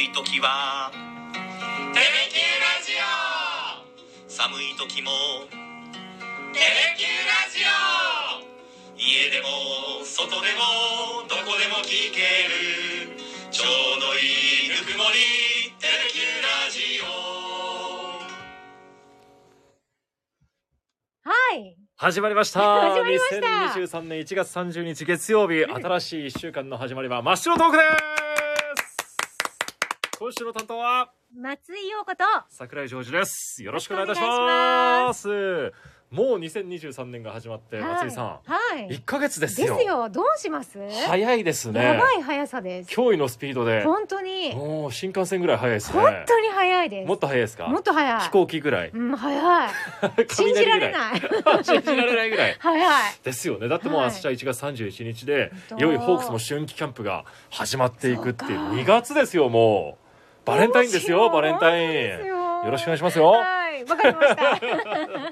い時はテレキューラジオ寒い時もテレキューラジオ家でも外でもどこでも聞けるちょうどいいぬくもりテレキューラジオはい。始まりました。始まりました2023年1月30日月曜日、新しい1週間の始まりは真っ白トークです今週の担当は松井陽子と、桜井ジョージです。よろしくおよ願ろいいしくたおし願います。もう2023年が始まって、松井さはい。はん、い1ヶ月でですよ。すよ。どうします早いですね。やばい速さです。驚異のスピードで、本当に、もう新幹線ぐらい早いですね。本当に速いです。もっと早いですかもっと速い。飛行機ぐら い。。うん、速い。信じられない 信じられないぐらい。速い。ですよねだってもうはい明日1月31日で、本当い、よいよホークスの春季キャンプが始まっていくっていうそうか2月ですよもうバレンタインですよバレンタインよろしくお願いしますよ。はい。わかりました。 というこ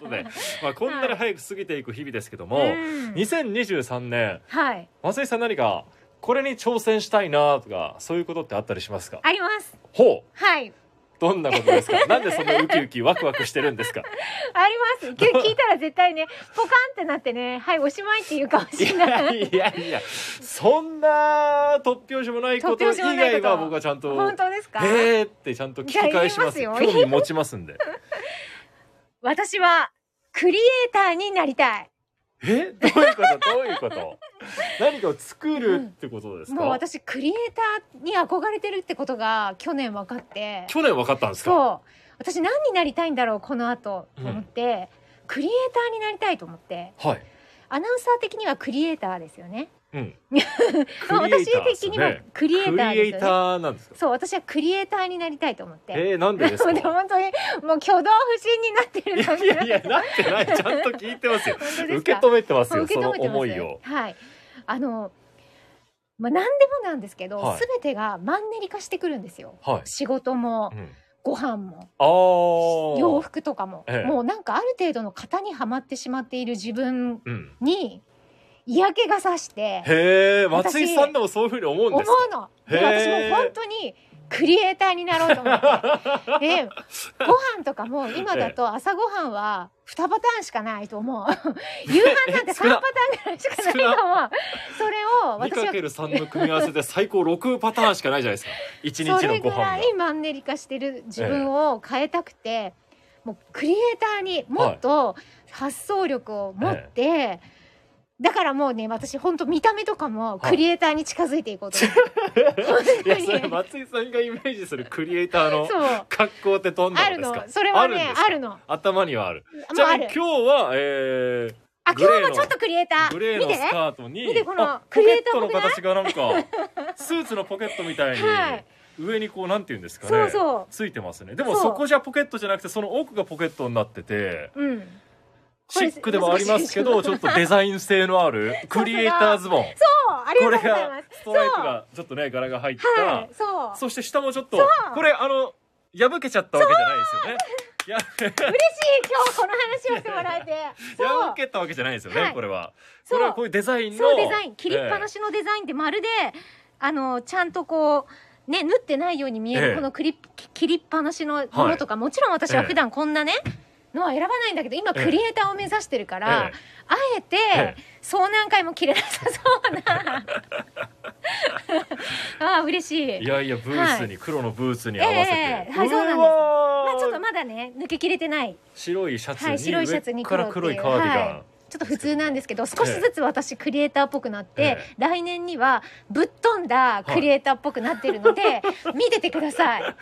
とで、まあ、こんなに早く過ぎていく日々ですけども、うん2023年はい。松井さん何かこれに挑戦したいなとかそういうことってあったりしますかあります。ほうはい。どんなことで すかなんでそんなウキウキワクワクしてるんですかあります。き聞いたら絶対ね、ポカンってなってね、はい、おしまいっていうかもいしれない。やいやいやそんな突拍子もないこと以突拍子もないこ外とは僕はちゃんと本当ですかへーってちゃんと聞き返しますじゃよあ言いますよ興味持ちますんで 私は、クリエイターになりたい。えどういうことどういうこと何かを作るってことですか、もう私、クリエイターに憧れてるってことが、去年分かって。去年分かったんですかそう。私何になりたいんだろう、この後、と思って、クリエイターになりたいと思って。はいアナウンサー的にはクリエイターですよね。うん まあクリエイ私ターです的よにはねクリエイタークリエですイよタね。ーなんですかそう、私はクリエイターになりたいと思って。えー、なんでです かで本当にもう挙動不審になってるのいやいやなってないちゃんと聞いてますよ本当です受けか止めてますもうよ受そけの止めてます思いをはいあのまあ何でもなんですけど、はいすべてがマンネリ化してくるんですよはい、仕事もうん、ご飯もあー洋服とかも、ええもうなんかある程度の型にはまってしまっている自分うんに嫌気がさしてへえ私松井さんでもそういうふうに思うん思でうすかのへえで私も本当にクリエイターになろうと思って でご飯とかも今だと朝ごはんは2パターンしかないと思う夕飯なんて3パターンぐらいしかないと思うそれを私は 2×3 の組み合わせで最高6パターンしかないじゃないで すか一日そのれごぐ飯がらいマンネリ化してる自分を変えたくて、もうクリエイターにもっと発想力を持って、だからもうね私本当見た目とかもクリエイターに近づいていこうと思って、 いやそれ松井さんがイメージするクリエイターのそう格好ってどんなあるのですかのそれはんねですかあるのも頭にはあるうじゃああ今る日はえあグ今レーの日もちょっとクリエイター、ーグレー見のてスカートに見てこのあクリエイターポっケぽッくトないの形がなんかスーツのポケットみたいに、はい上にこうなんて言うんですかねそうそついてますねでもそうそこじゃポケットじゃなくてその奥がポケットになっててううんこシれックでもありますけどちょっとデザイン性の あるクリエイターズボンそうありこがとうれございまがすストライプがちょっとね柄が入った、はいそうそして下もちょっとそうこれあの破けちゃったわけじゃないですよね嬉しい今日この話をしてもらえて いやそう破けたわけじゃないですよね、はいこれはそこうれはこういうデザインのそうデザイン切りっぱなしのデザインでまるで、あのちゃんとこうね縫ってないように見えええるこのクリ切りっぱなしのものとか、もちろん私は普段こんなね、のは選ばないんだけど今ええクリエイターを目指してるかええら、あえて、ええそう何回も切れなさそう なああ嬉しいいやいやブースに、黒のブーツに合わせて、ええはいそうなんですまあちょっとまだね抜けきれてない白いシャツに,、はい白いシャツに上から黒黒っていいうカーディガン、はちょっと普通なんですけど少しずつ私クリエイターっぽくなって、ええ来年にはぶっ飛んだクリエイターっぽくなってるので、 見ててください。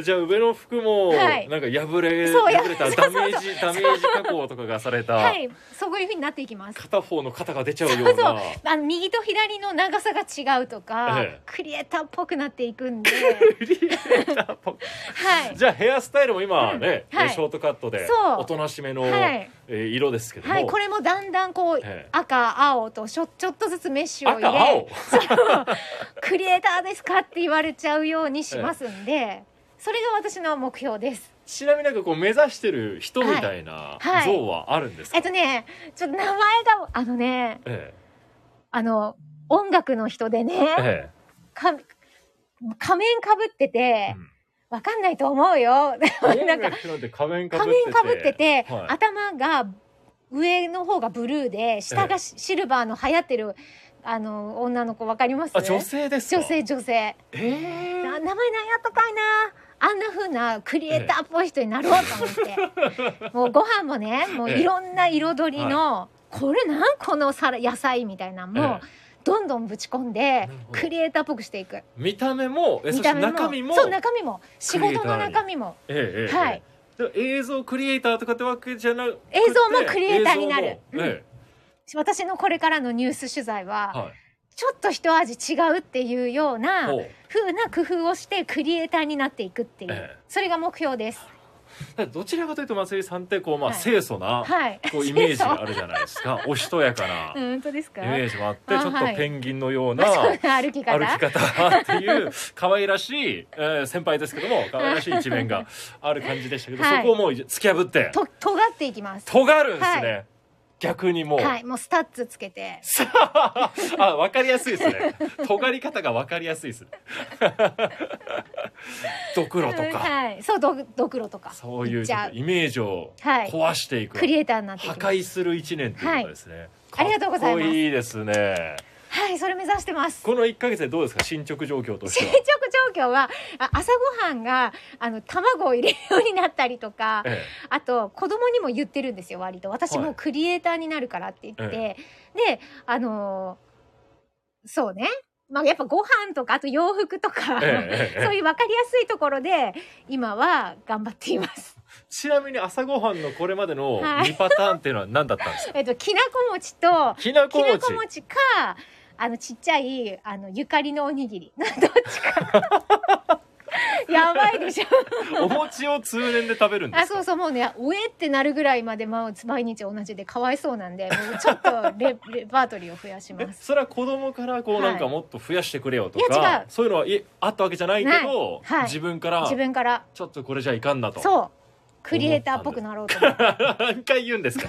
じゃあ上の服もはいなんか破れ、そう破れたダメージダメージ加工とかがされた、はい、そういう風になっていきます。片方の肩が出ちゃうようそうな そうあの右と左の長さが違うとか、ええクリエイターっぽくなっていくん でクリエイターっぽくはい じゃあヘアスタイルも今ね、うんはいショートカットでそうおとなしめの、はいえー色ですけども、はい、これもだんだんこう、ええ赤青としょちょっとずつメッシュを入れ赤青クリエイターですかって言われちゃうようにしますんで、それが私の目標です。ちなみになんかこう目指してる人みたいはないはい像はあるんですか、えっとねちょっと名前があのねえあの音楽の人でね、えええか仮面かぶっててうん、わかんないと思うよ。なんか、なんて仮面かぶ仮ってて面かぶってて、はい頭が上の方がブルーで、下がしシルバーの流行ってる、あの、女の子わかりますあ女性ですか女性、女性。ええな名前なんやったかいなあんな風なクリエイターっぽい人になろうと思って、もうご飯もね もうええいろんな彩りの、これなんこの皿野菜みたいなのもえどんどんぶち込んでるほどクリエイターっぽくしていく見た目もえそ見してた目も中身もそう中身も仕クリエイタ事ーの中身もええええはいええ映像クリエイターとかってわけじゃなくて映像もクリエイターになる映像もえ私のこれからのニュース取材えははいちょっと一味違うっていうようなほう風な工夫をしてクリエイターになっていくっていう、ええそれが目標です。だからどちらかというと松井さんってこうまあはい清楚なはい。こうイメージがあるじゃないですかおしとやかなうん 本当ですかイメージもあってあちょっとはいペンギンのようなそう歩 歩き方き方 っていう可愛らしいえー先輩ですけども可愛らしい一面がある感じでしたけどそはいこをもう突き破ってと尖っていきます尖るんですはね逆にもうはいもうスタッツつけて あ、わかりやすいですね。尖り方がわかりやすいですね。 ドクロとうんか、はい、そうドドクロとかそういうちょ行っちっゃとイメージをはい壊していく、クリエイターになってい破きます壊する一年ということですね。はいありがとうございますかっこいいですね。はいそれ目指してますこの一ヶ月でどうですか、進捗状況として進は捗。状況はあ朝ごはんがあの卵を入れるようになったりとかえあと子供にも言ってるんですよ割と私はもいクリエイターになるからって言って、えであのーそうねまあやっぱご飯とかあと洋服とか、えええええそういう分かりやすいところで今は頑張っていますちなみに朝ごはんのこれまでのはい二パターンっていうのは何だった んですか。えっと、きなこ餅と、きなきこな餅こ。餅か、あの、ちっちゃい、あの、ゆかりのおにぎり。ど っちか。 やばいで しょ。お餅を通年で食べるんであ、すそかう。そう、もうね、おえってなるぐらいまで、まあ、毎日同じでかわいそうなんで、もうちょっとレ、レパートリーを増やしえます。それは子供からこうなんかもっと増やしてくれよといや違かうそういうのはいあったわけじゃないけど、ないはい自分から自分から。ちょっとこれじゃいかんなとそう。クリエイターっぽくなろうと思って。 何回言うんですか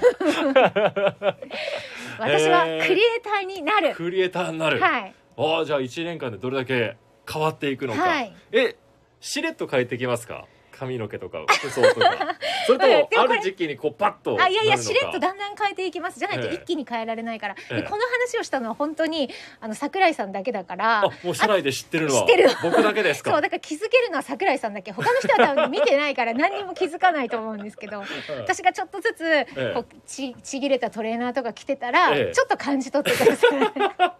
私はへークリエイターになる。クリエイターになる、はい。ああじゃあ1年間でどれだけ変わっていくのか、はいえしれっと変えてきますか髪の毛とか服装 とかそれといやもでもあこれる時期にこうパッとあいやいやなるのかしれっとだんだん変えていきますじゃないとええ一気に変えられないから、でええこの話をしたのは本当にあの桜井さんだけだからあもう社内で知ってるの知はってる僕だけですそうかだから気づけるのは桜井さんだけ他の人は多分見てない から何にも気づかないと思うんですけどうん私がちょっとずつ、えこうちちぎれたトレーナーとか着てたら、ええちょっと感じ取ってください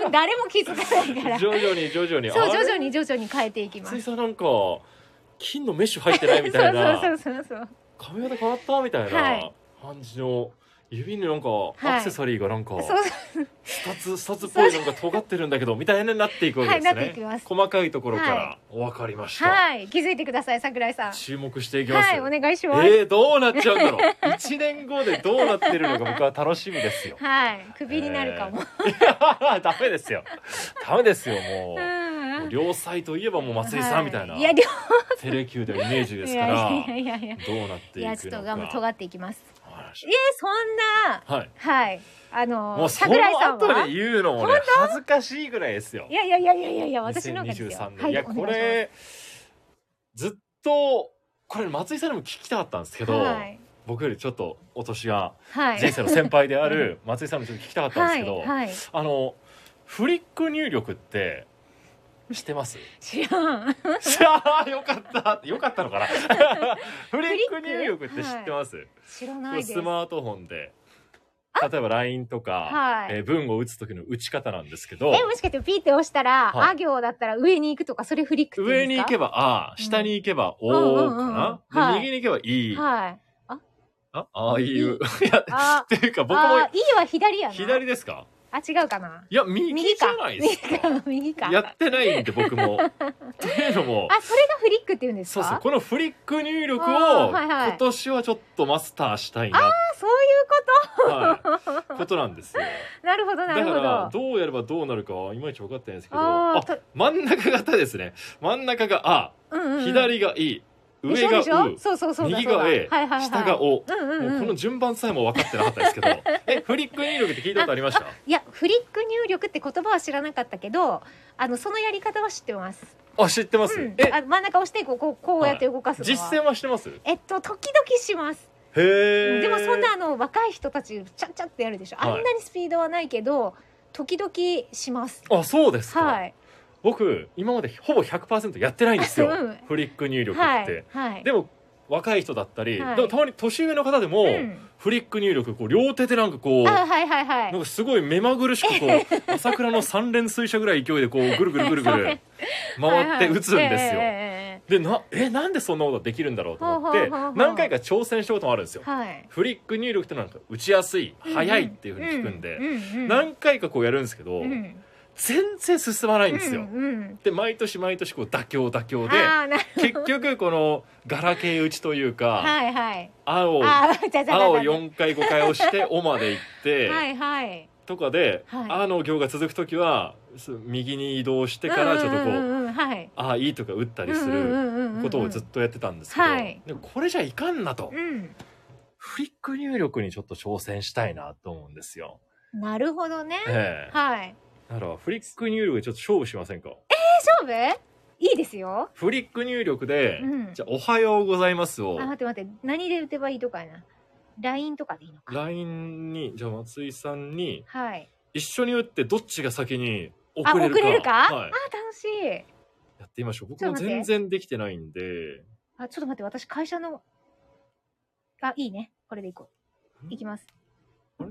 多分誰も気づかないからそ徐々に徐々にう徐々にに徐々に変えていきますついさんなんか金のメッシュ入ってない みそうたいなそうそうそうそう髪型変わったみたいはない感じの指になんかいアクセサリーがなんかそうスタツスタツっぽいなんか尖ってるんだけどみたいになっていくわけですね、はいなっていきます細かいところかはら分かりました、はい気づいてください桜井さん注目していきます、はいお願いします、えー、どうなっちゃうんだろう1年後でどうなってるのか僕は楽しみですよはいク ビになるかも、 ダメですよダメですよもうもううん両妻といえばもう松井さんみたいな、はい、いや両テレキューでイメージですいかやらいやいやいやどうなっていいくのやかちょっとが尖っていきますわかりましえー、そんなたはいはい。あの、もうその桜井さん後はでい言うのもね恥ずかしいぐらいですよ。やいやいやいやいやいや、私の方がですよ2023。年いやお願こしれずっとこれ松井さんにも聞きたかったんですけますど、はい。僕よりちょっとお年がはい。人生の先輩で ある松井さんにもちょっと聞きたかったんですけど、はい。はい。あのフリック入力って知ってます？知らん。 ああよかったよかったの かな。フリック入力って知ってます？知らないです。スマートフォンで例えば LINE とか、はいえー文を打つ時の打ち方なんですけどえ、もしかしてピーって押したら、はいあ行だったら上に行くとか、それフリックって言上うんにです行かけば「あ」下に行けば「お」うんうんうんはかな、いで右に行けば「いい」はい。あああいいういやあ っ、ていうか僕あも、いいは左やな。左ですかあ、違うかな。いや右右じかゃない。で右すかか。 右か。やってないんで僕もっていうのもあ、それがフリックって言うんですそうかそうこのフリック入力をあーはいはい今年はちょっとマスターしたいなあ、そういうこはい、ことなんですよと。 なるほど、だなかるほど。らどうやればどうなるかはいまいち分かってないんですけどあーあと真ん中型ですね真ん中が「あ」うんうんうん左が「いい」でし上ょがでしょ U そうそうそうだ右そうだが A はいはいはい下が O うんうんうんもうこの順番さえも分かってなかったですけ どえフリック入力って聞いたことありましたいやフリック入力って言葉は知らなかったけどあのそのやり方は知ってます、あ知ってます、うん、えあ真ん中押してこうこうこうやって動かすのは、実践はしてますへえっと時々しますえでもそんなあの若い人たちちゃっちゃってやるでしょ、はいあんなにスピードはないけど時々しますあそうですか、はい僕今までほぼ100%やってないんですよ、うんフリック入力って、はいはいでも若い人だったり、はいでもたまに年上の方でも、うんフリック入力こう両手でなんかこうあはいはいはいなんかすごい目まぐるしくこう朝倉の三連水車ぐらい勢いでこうぐるぐるぐ るぐる回って打つんですよ。えでなえなんでそんなことできるんだろうと思ってほうほうほうほう何回か挑戦したこともあるんですよえ。はいフリック入力ってのはなんか打ちやすい早いっていうふうに聞くんでで何回かこうやるんですけど全然進まないんですよ。で毎年毎年こう妥協妥協であーな結局このガラケー打ちというか はいはい青あー じゃじゃじゃじゃ青4回5回 押して「お」まで行って。はいはいとかで「はいあ」の行が続く時はそう右に移動してからちょっとこう「んんんんはいああいい」とか打ったりすうんうるんうんうんうんことをずっとやってたんですけど、はいでもこれじゃいかんなと、うんフリック入力にちょっと挑戦したいなと思うんですよ。なるほどねええはいだからフリック入力でちょっと勝負しませんか勝負いいですよフリック入力で、うんじゃあ「おはようございますを」あ待って待って何で打てばいいとかやな LINE とかでいいのか LINE にじゃあ松井さんにはい一緒に打ってどっちが先にあ送遅れるかれるかあはい楽、しいやってみましょう僕ちょっもと待って全然できてないんで。あちょっと待って私会社のあいいねこれでいこうんいきますあれ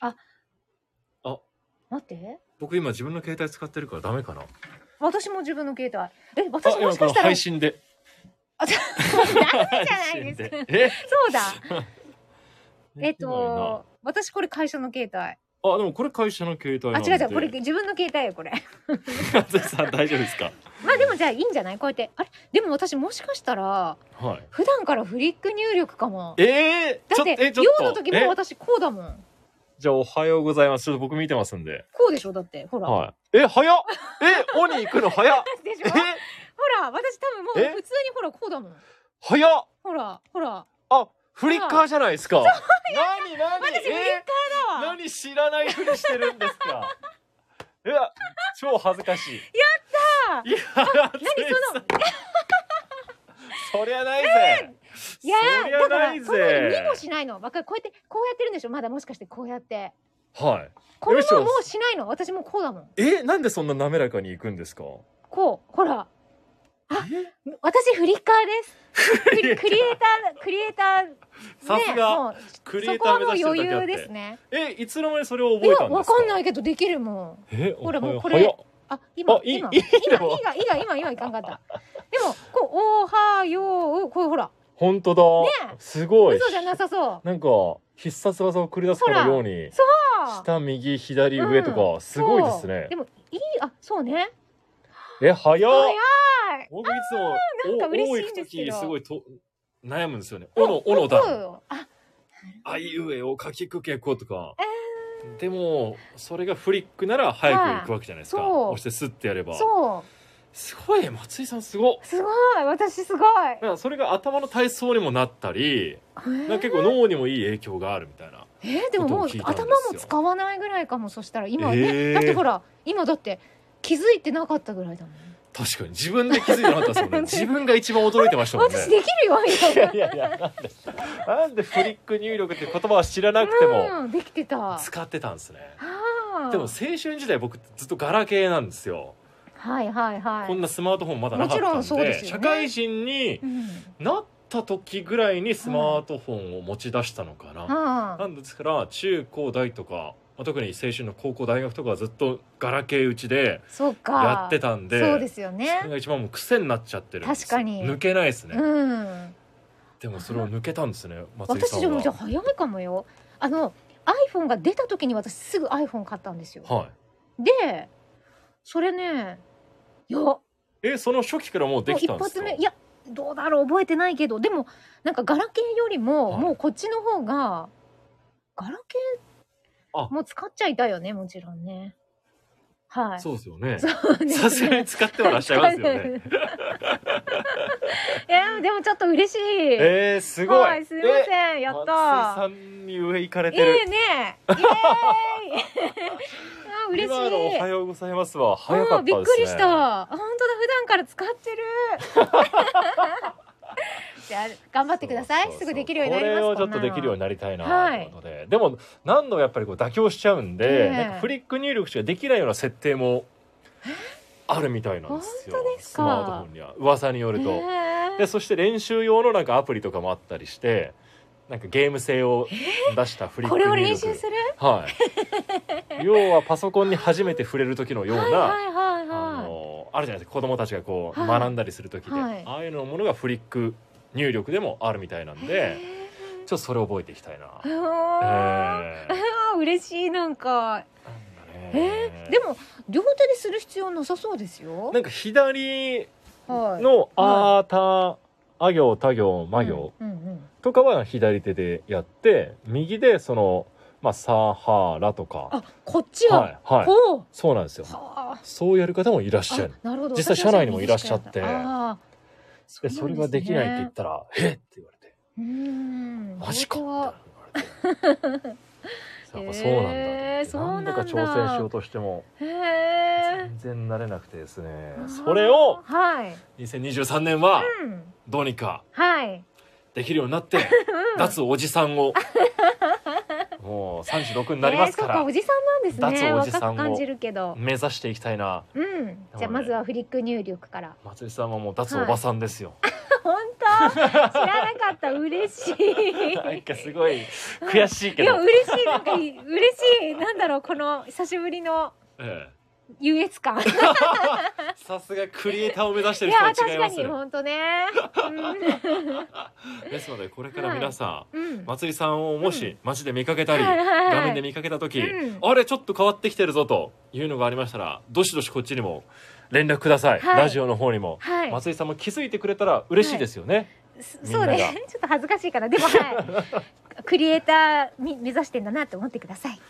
ああ待って僕今自分の携帯使ってるからダメかな私も自分の携帯えあ私も今しこかのしたら配信であちょダメじゃないですか配信でそうだええっと私これ会社の携帯あでもこれ会社の携帯あなんで違う違うこれ自分の携帯よこれ 松井さん大丈夫ですかまあでもじゃあいいんじゃないこうやってあれでも私もしかしたらはい普段からフリック入力かもえー、だっちょえてちょっ用との時えも私こうだもんじゃあおはようございますちょっと僕見てますんでこうでしょだってほら、はいえ早っえおに行く の早っでしえょほら私多分もうえ普通にほらこうだもん早っほらほらあフリッカーじゃないですか何何私フリッえカ ーだわ何知らないふりしてるんで すかいや超恥ずかしいやったいや何 そのそりゃないぜ、いやーそりゃだからなそいんなにぜもしないのわかるこうやってこうやってるんでしょまだもしかしてこうやってはいこれよいしょももうしないの私もこうだもんえなんでそんな滑らかにいくんですかこうほらえ私フリッカーですクリクリエイタークリエイターねさすがもうクリエそイこターは目もう指して余るだ裕けあってですねえいつの間にそれをい覚えやたんでわすかかんないけどできるもんえほらおはよもうこれおはよあ今あいい今いい今の今今今今いかんかったでもこう「おはよう」こうほら本当だ、ねえすごい嘘じゃなさそうなんか必殺技を繰り出すかのようにあー下右左上とか、うすごいですねそうでもいいあそうねえ早っ早い僕いつもなんかお嬉おしいんいくですけど時すごいと悩むんですよね。おのおのだ。そうよああいうえをかきくけこうとか。でもそれがフリックなら早く行くわけじゃないですか。はいそう押してスッてやれば。そすごい松井さんすごっ。うすごい私すごいだからそれが頭の体操にもなったり、なんか結構脳にもいい影響があるみたいな。えーでももうことを聞いたんです頭よも使わないぐらいかもそしたら今ね、えーだってほら今だって気づいてなかったぐらいだもん、確かに自分で気づいてなかったです もんね。自分が一番驚いてましたもんね。私できるよみたい いやいやいやなんでなんでフリック入力って言葉は知らなくてもな、うん、できてたは使ってたんですね。あでも青春時代僕ずっとガラケーなんですよ、はいはいはいこんなスマートフォンまだなかったんもちでろんそうですよね社会人にうんなった時ぐらいにスマートフォンを持ち出したのかな、はなんですから中高大とかまあ特に青春の高校大学とかはずっとガラケーうちであそうかやってたんでそうですよそれねが一番もう癖になっちゃってるんですよ確かに抜けないですね、うんでもそれを抜けたんですね松井さ私んではもじゃあ早いかもよあの iPhone が出た時に私すぐ iPhone 買ったんですよはいでそれねいやえその初期からもうできたんですかもう一発目いやどうだろう覚えてないけどでもなんかガラケーよりも、はいもうこっちの方がガラケあーもう使っちゃいたよねもちろんねはい。そうですよねそうですねさすがに使ってはらっしゃいますよね。 いや、でもちょっと嬉しい。えー、すごい。はい、すみまん。せん。やっ松井たさんに上行かれいいてる。ね。イエーイ あ、嬉しい。今のおはようございますは早かうったんですびね。っくりした。本当だ、普段から使って る。じゃあ、頑張ってください。すぐできるようになりますこれをちょっとできるようにななりたいなはいということで、でも何度やっぱりこう妥協しちゃうんえで、えなんかフリック入力しかできないような設定もあるみたいなんですよ本当ですかスマートフォンには噂によると、でそして練習用のなんかアプリとかもあったりしてなんかゲーム性を出したフリッこク入れを力、練習するはい要はパソコンに初めて触れる時のような、はいはいはいあはのあるじゃないですか子供たちがこうはい学んだりする時で、はいああいうのものがフリック入力でもあるみたいなんい。でへーちょっとそれ覚えていきたいな。うわーえあー嬉しいなんかーえー、でも両手でする必要なさそうですよなんか左はいの「あ」「た」「あ行」「た行」「ま行うんうんうん」とかは左手でやって右でその「まあ、さはら」とかあこっちは、はいはいこうそうなんですよはあそうやる方もいらっしゃるあなるほど実際私は社内にもいらっしゃって右しかやったあーでそれができないって言ったら「えっ!」って言われてう「んマジか!」み本たいな言われてやっぱそうなんだと思って、えーそうなんだ何度か挑戦しようとしても当はへえ全然慣れなくてですねそれをはい2023年はうんどうにかはいできるようにな って、脱おじさんをもう36になりますかえーそうら、おじさんなんですね脱おじさんを若く感じるけど目指していきたいなうんじゃあまずはフリック入力から 松井さんはもう脱おばさんですよ、本当知らなかった嬉しい なんかすごい悔しいけいやど、嬉しいなんかいい嬉しいなんだろうこの久しぶりのえ優越感いえさすがクリエイターを目指してる人はや確違いかますにね本当ねですのでこれから皆さん、うん、 うん松井さんをもし街で見かけたり、はいはい画面で見かけた時、うんあれちょっと変わってきてるぞというのがありましたらどしどしこっちにも連絡ください、はいラジオの方にも、はい松井さんも気づいてくれたら嬉しいですよね、そみんなそがうです ちょっと恥ずかしいからでも はいクリエイターみ目指してんだなって思ってください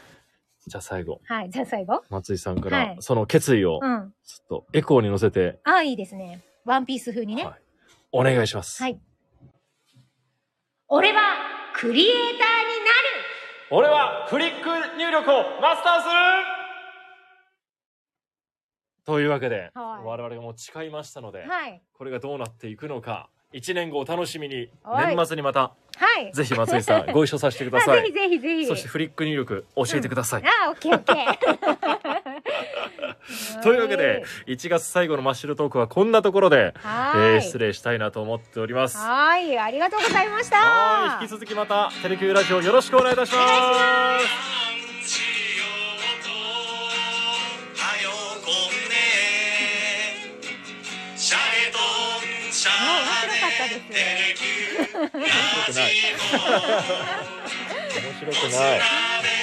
じゃあ最後はいじゃあ最後松井さんから、はいその決意をうんちょっとエコーに乗せて、ああいいですねワンピース風にねはい、お願いします、はい、俺はクリエイターになる俺はフリック入力をマスターするというわけで、はい我々がもう誓いましたので、はいこれがどうなっていくのか1年後を楽しみにはい年末にまたはいぜひ松井さ んご一緒させてくだあさぜひいぜひぜひそしてフリック入力教えてください、あ、オッケーオッケー。 というわけで1月最後のマッシュルトークはこんなところで、えはーい、ー失礼したいなと思っておりますはーい、ありがとうございました。はい引き続きまたテレキューラジオよろしくお願いいたします「しようとはよこんね」「シャレドンシャレテレキューラジオ」面白くな「いラベ